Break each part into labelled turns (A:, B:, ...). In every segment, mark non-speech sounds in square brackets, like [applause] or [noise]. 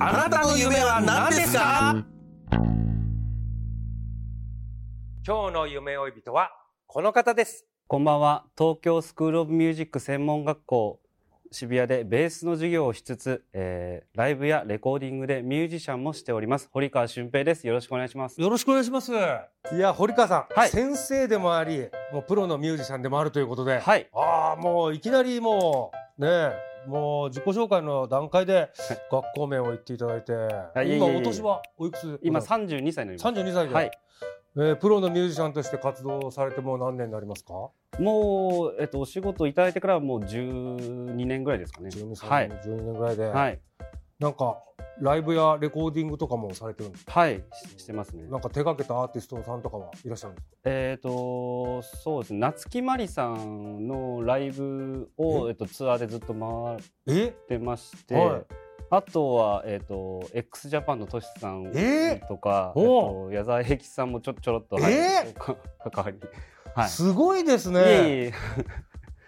A: あなたの夢は何ですか
B: 今日の夢追い人はこの方です
C: こんばんは東京スクール・オブ・ミュージック専門学校渋谷でベースの授業をしつつ、えーライブやレコーディングでミュージシャンもしております堀川俊平ですよろしくお願いします
B: よろしくお願いしますいや堀川さん、
C: はい
B: 先生でもありもうプロのミュージシャンでもあるということで、
C: はい
B: ああもういきなりもうねえもう自己紹介の段階で学校名を言っていただいて、
C: いやいや
B: 今
C: いや
B: お年はおいくつ
C: 今32歳になります
B: 32歳で、
C: はい
B: えープロのミュージシャンとして活動されてもう何年になりますか
C: もう、えっと、お仕事いただいてからもう12年ぐらいですかね
B: 12歳、
C: はい
B: 12年ぐらいで、
C: はい
B: なんかライブやレコーディングとかもされてるんですか
C: はいししてますね
B: なんか手掛けたアーティストさんとかはいらっしゃるんですか
C: えっ、とそうですね夏木マリさんのライブを、えっと、ツアーでずっと回っ
B: え
C: てまして、
B: はい
C: あとは、えっと x ジャパンのとしさん
B: え
C: とか、えっ
B: お
C: と矢沢永吉さんもちょちょろっと、
B: え
C: か関わり、はい
B: すごいですね
C: いえい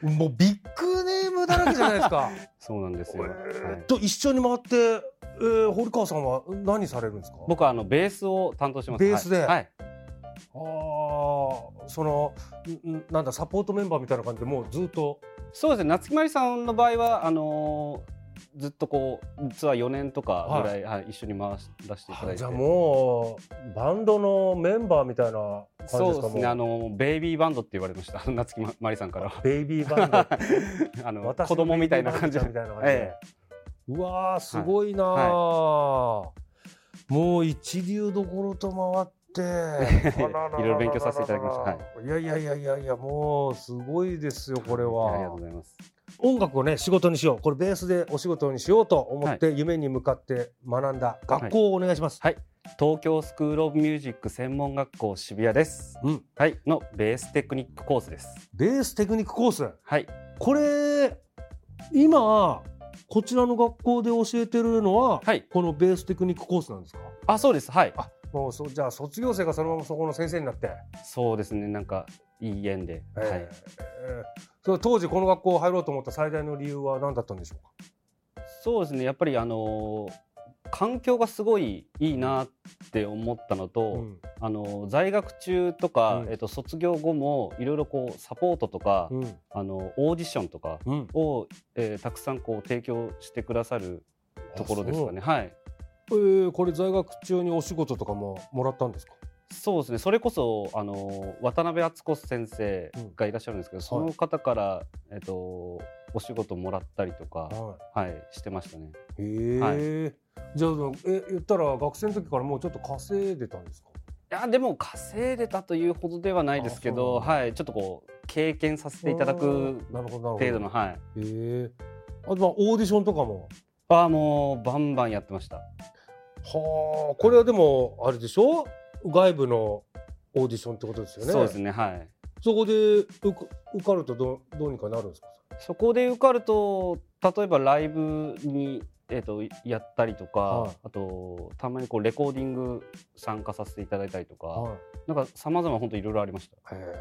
C: え
B: もうビッグネームだらけじゃないです
C: [laughs]
B: か
C: そうなんですよ、はい
B: と一緒に回って、えー、堀川さんは何されるんですか
C: 僕はあのベースを担当してます
B: ベースで
C: はいはい
B: あーそのんんなんだサポートメンバーみたいな感じでもうずっと
C: そうですね夏木マリさんの場合はあのーずっとこうツアー4年とかぐらい、はい一緒に回し出していただいて
B: じゃあもうバンドのメンバーみたいな感じですか
C: そうですね
B: も
C: あのベイビーバンドって言われました夏木ままりさん
B: [laughs]
C: からは
B: ベイビーバン
C: [laughs]
B: ド
C: あの
B: 私の
C: 子供みたいな感じ
B: ベイビーバンドみたいな感じで
C: え
B: うわーすごいなー、もう一流どころと回って
C: [laughs] いろいろ勉強させていただきましたはい
B: いやいやいやいやいやもうすごいですよこれ
C: えありがと
B: は
C: うございます
B: 音楽をね仕事にしようこれベースでお仕事にしようと思って夢に向かって学んだ学校をお願いします、
C: はい東京スクールオブミュージック専門学校渋谷です、
B: うん
C: はいのベーステクニックコースです
B: ベーステクニックコース
C: はい
B: これ今こちらの学校で教えてるのは、
C: はい
B: このベーステクニックコースなんですか
C: あそうですはい
B: あもうそじゃあ卒業生がそのままそこの先生になって、
C: そうですねなんかいい縁で、
B: えー
C: は
B: え
C: い
B: ーそれ当時この学校を入ろうと思った最大の理由は何だったんでしょうか
C: そうですねやっぱりあのー環境がすごいいいなって思ったのと、
B: うん
C: あのー在学中とか、
B: うん
C: えっと、卒業後もいろいろこうサポートとか、
B: うん
C: あのオーディションとか
B: うん
C: を、えーたくさんこう提供してくださるところですかね。はい。
B: えーこれ在学中にお仕事とかももらったんですか
C: そうですね。それこそあの渡辺敦子先生がいらっしゃるんですけど、その方から、えっ、とお仕事もらったりとか、
B: は
C: はい、してましたね。
B: い、へえ、じゃあえ言ったら学生の時からもうちょっと稼いでたんですか
C: いやでも稼いでたというほどではないですけど、
B: あそうなん
C: はい、ちょっとこう経験させていただく
B: なるほどなるほど
C: 程度の、は
B: へ
C: い。
B: えあとまあオーディションとかも
C: ああもうバンバンやってました。
B: はあこれはでもあれでしょ外部のオーディションってことですよね
C: そうですね。はい。
B: そこで受か受かるとどうどうにかなるんですか
C: そこで受かると例えばライブに、えー、とやったりとか、
B: はい
C: あとたまにこうレコーディング参加させていただいたりとか、
B: はい
C: なんかさまざま本当いろいろありましたい
B: へ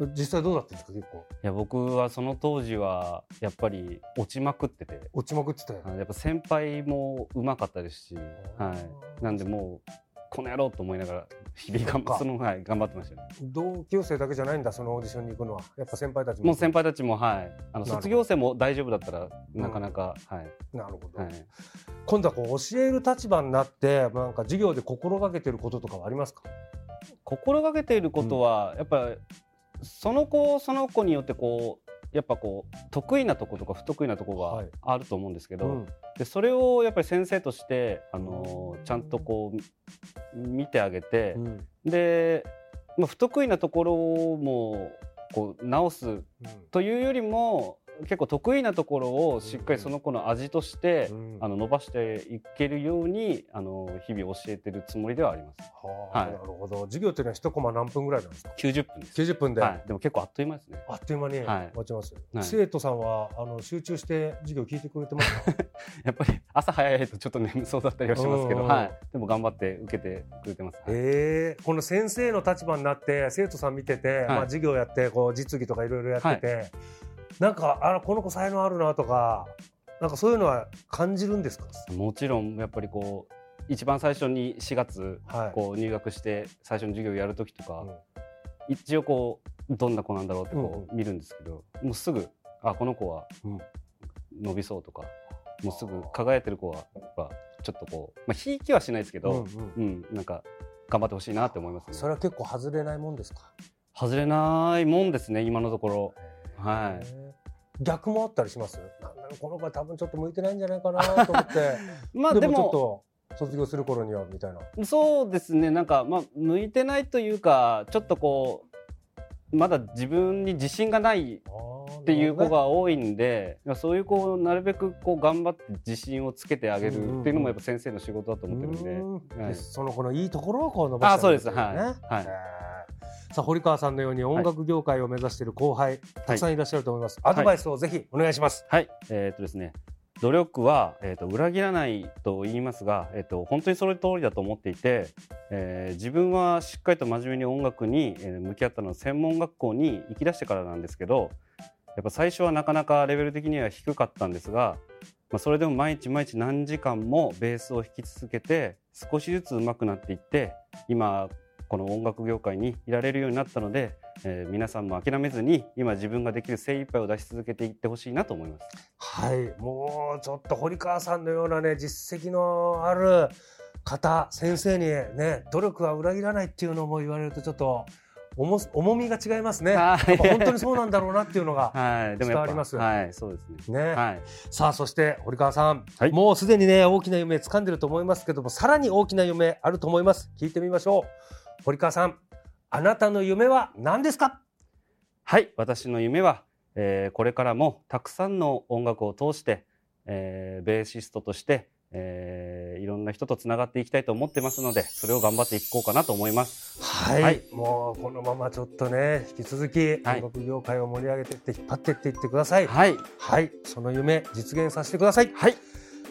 B: え実際どうだったんですか結構
C: や僕はその当時はやっぱり落ちまくってて
B: 落ちまくってたよ
C: あのやっぱ先輩もうまかったですし、
B: あー
C: はい、なんでもうこの野郎と思いながら日々頑張そのはい頑張ってましたね。
B: 同級生だけじゃないんだそのオーディションに行くのはやっぱ先輩たちも
C: もう先輩たちもはいあの
B: なるほど
C: 卒業生も大丈夫だったらなかなか、はい
B: なるほど、
C: はい。
B: 今度はこう教える立場になってなんか授業で心がけてることとかはありますか
C: 心がけていることは、やっぱその子その子によってこうやっぱこう得意なとことか不得意なとこ
B: はい
C: があると思うんですけど、
B: うん
C: でそれをやっぱり先生として、あのーちゃんとこう見てあげて、
B: うん
C: で、まあ、不得意なところもこう直すというよりも結構得意なところをしっかりその子の味として、
B: うん
C: あの伸ばしていけるように、あのー日々教えてるつもりではあります。
B: はあ
C: はい
B: なるほど授業っていうのは一コマ何分ぐらいなんですか
C: 90分です。
B: 90分で、
C: はい、でも結構あっという間ですね。
B: あっという間に
C: はい
B: 終わっちゃいます、
C: はい
B: 生徒さんはあの集中して授業聞いてくれてますか
C: やっぱり朝早いとちょっと眠そうだったりはしますけ
B: う
C: ど、
B: ん
C: はい、でも頑張って受けてくれてます。はい
B: ええこの先生の立場になって生徒さん見てて、まあ、授業やってこう実技とかいろいろやってて、なんかあらこの子才能あるなとかなんかそういうのは感じるんですか
C: もちろんやっぱりこう一番最初に4月
B: はい
C: こう入学して最初の授業やる時とか、
B: うん
C: 一応こうどんな子なんだろうって
B: うん
C: こう見るんですけど、もうすぐあこの子は
B: うん
C: 伸びそうとか、もうすぐ輝いてる子はやっぱちょっとこうまあひいきはしないですけど、
B: うんうん
C: うんなんか頑張ってほしいなって思いますね。
B: それは結構外れないもんですか
C: 外れないもんですね今のところ。はい。
B: 逆もあったりしますなんだろうこの子は多分ちょっと向いてないんじゃないかなと思って
C: [laughs] まあ
B: でもちょっと卒業する頃にはみたいな
C: そうですねなんか、まあ、向いてないというかちょっとこうまだ自分に自信がないっていう子が多いんで、そういう子をなるべくこう頑張って自信をつけてあげるっていうのもやっぱ先生の仕事だと思ってるんで、
B: うん
C: はい
B: でその子のいいところをこう伸ばし
C: あ
B: て
C: そうです、
B: あげるといね
C: はい、はい、
B: えーさあ堀川さんのように音楽業界を目指している後輩、たくさんいらっしゃると思います、アドバイスをぜひお願いします、
C: はい、えーっとですね努力は、えーっと裏切らないと言いますが、えーっと本当にその通りだと思っていて、えー自分はしっかりと真面目に音楽に、えー向き合ったのは専門学校に行き出してからなんですけどやっぱ最初はなかなかレベル的には低かったんですが、まあ、それでも毎日毎日何時間もベースを弾き続けて少しずつ上手くなっていって今この音楽業界にいられるようになったので、えー皆さんも諦めずに今自分ができる精一杯を出し続けていってほしいなと思います。
B: はいもうちょっと堀川さんのようなね実績のある方先生にね努力は裏切らないっていうのも言われるとちょっと重す重みが違いますねや
C: あ
B: っ
C: ー
B: ぱ本当にそうなんだろうなっていうのが
C: [laughs] はい、でもや
B: 伝
C: っぱ
B: わります
C: はい、そうですね。
B: ね、
C: はい、
B: さあそして堀川さん、
C: はい
B: もうすでにね大きな夢掴んでると思いますけどもさらに大きな夢あると思います聞いてみましょう堀川さんあなたの夢は何ですか
C: はい、私の夢は、えーこれからもたくさんの音楽を通して、えーベーシストとして、えーいろんな人とつながっていきたいと思ってますので、それを頑張っていこうかなと思います。
B: はい、
C: はい
B: もうこのままちょっとね引き続き音
C: はい
B: 楽業界を盛り上げてって引っ張ってっていってくださいはい、
C: はい、
B: その夢実現させてください
C: はい、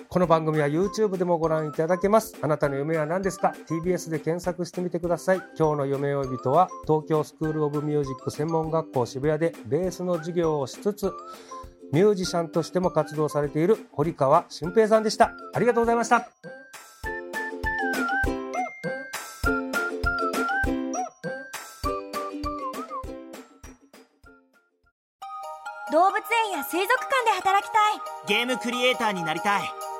B: この番組は YouTube でもご覧いただけますあなたの夢は何ですか TBS で検索してみてください今日の夢追い人は東京スクールオブミュージック専門学校渋谷でベースの授業をしつつミュージシャンとしても活動されている堀川俊平さんでしたありがとうございました
D: 動物園や水族館で働きたい
E: ゲームクリエイターになりたい